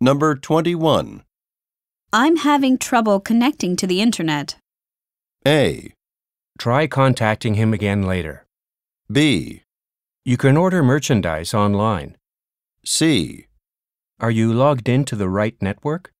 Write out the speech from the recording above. Number 21. I'm having trouble connecting to the internet. A. Try contacting him again later. B. You can order merchandise online. C. Are you logged into the right network?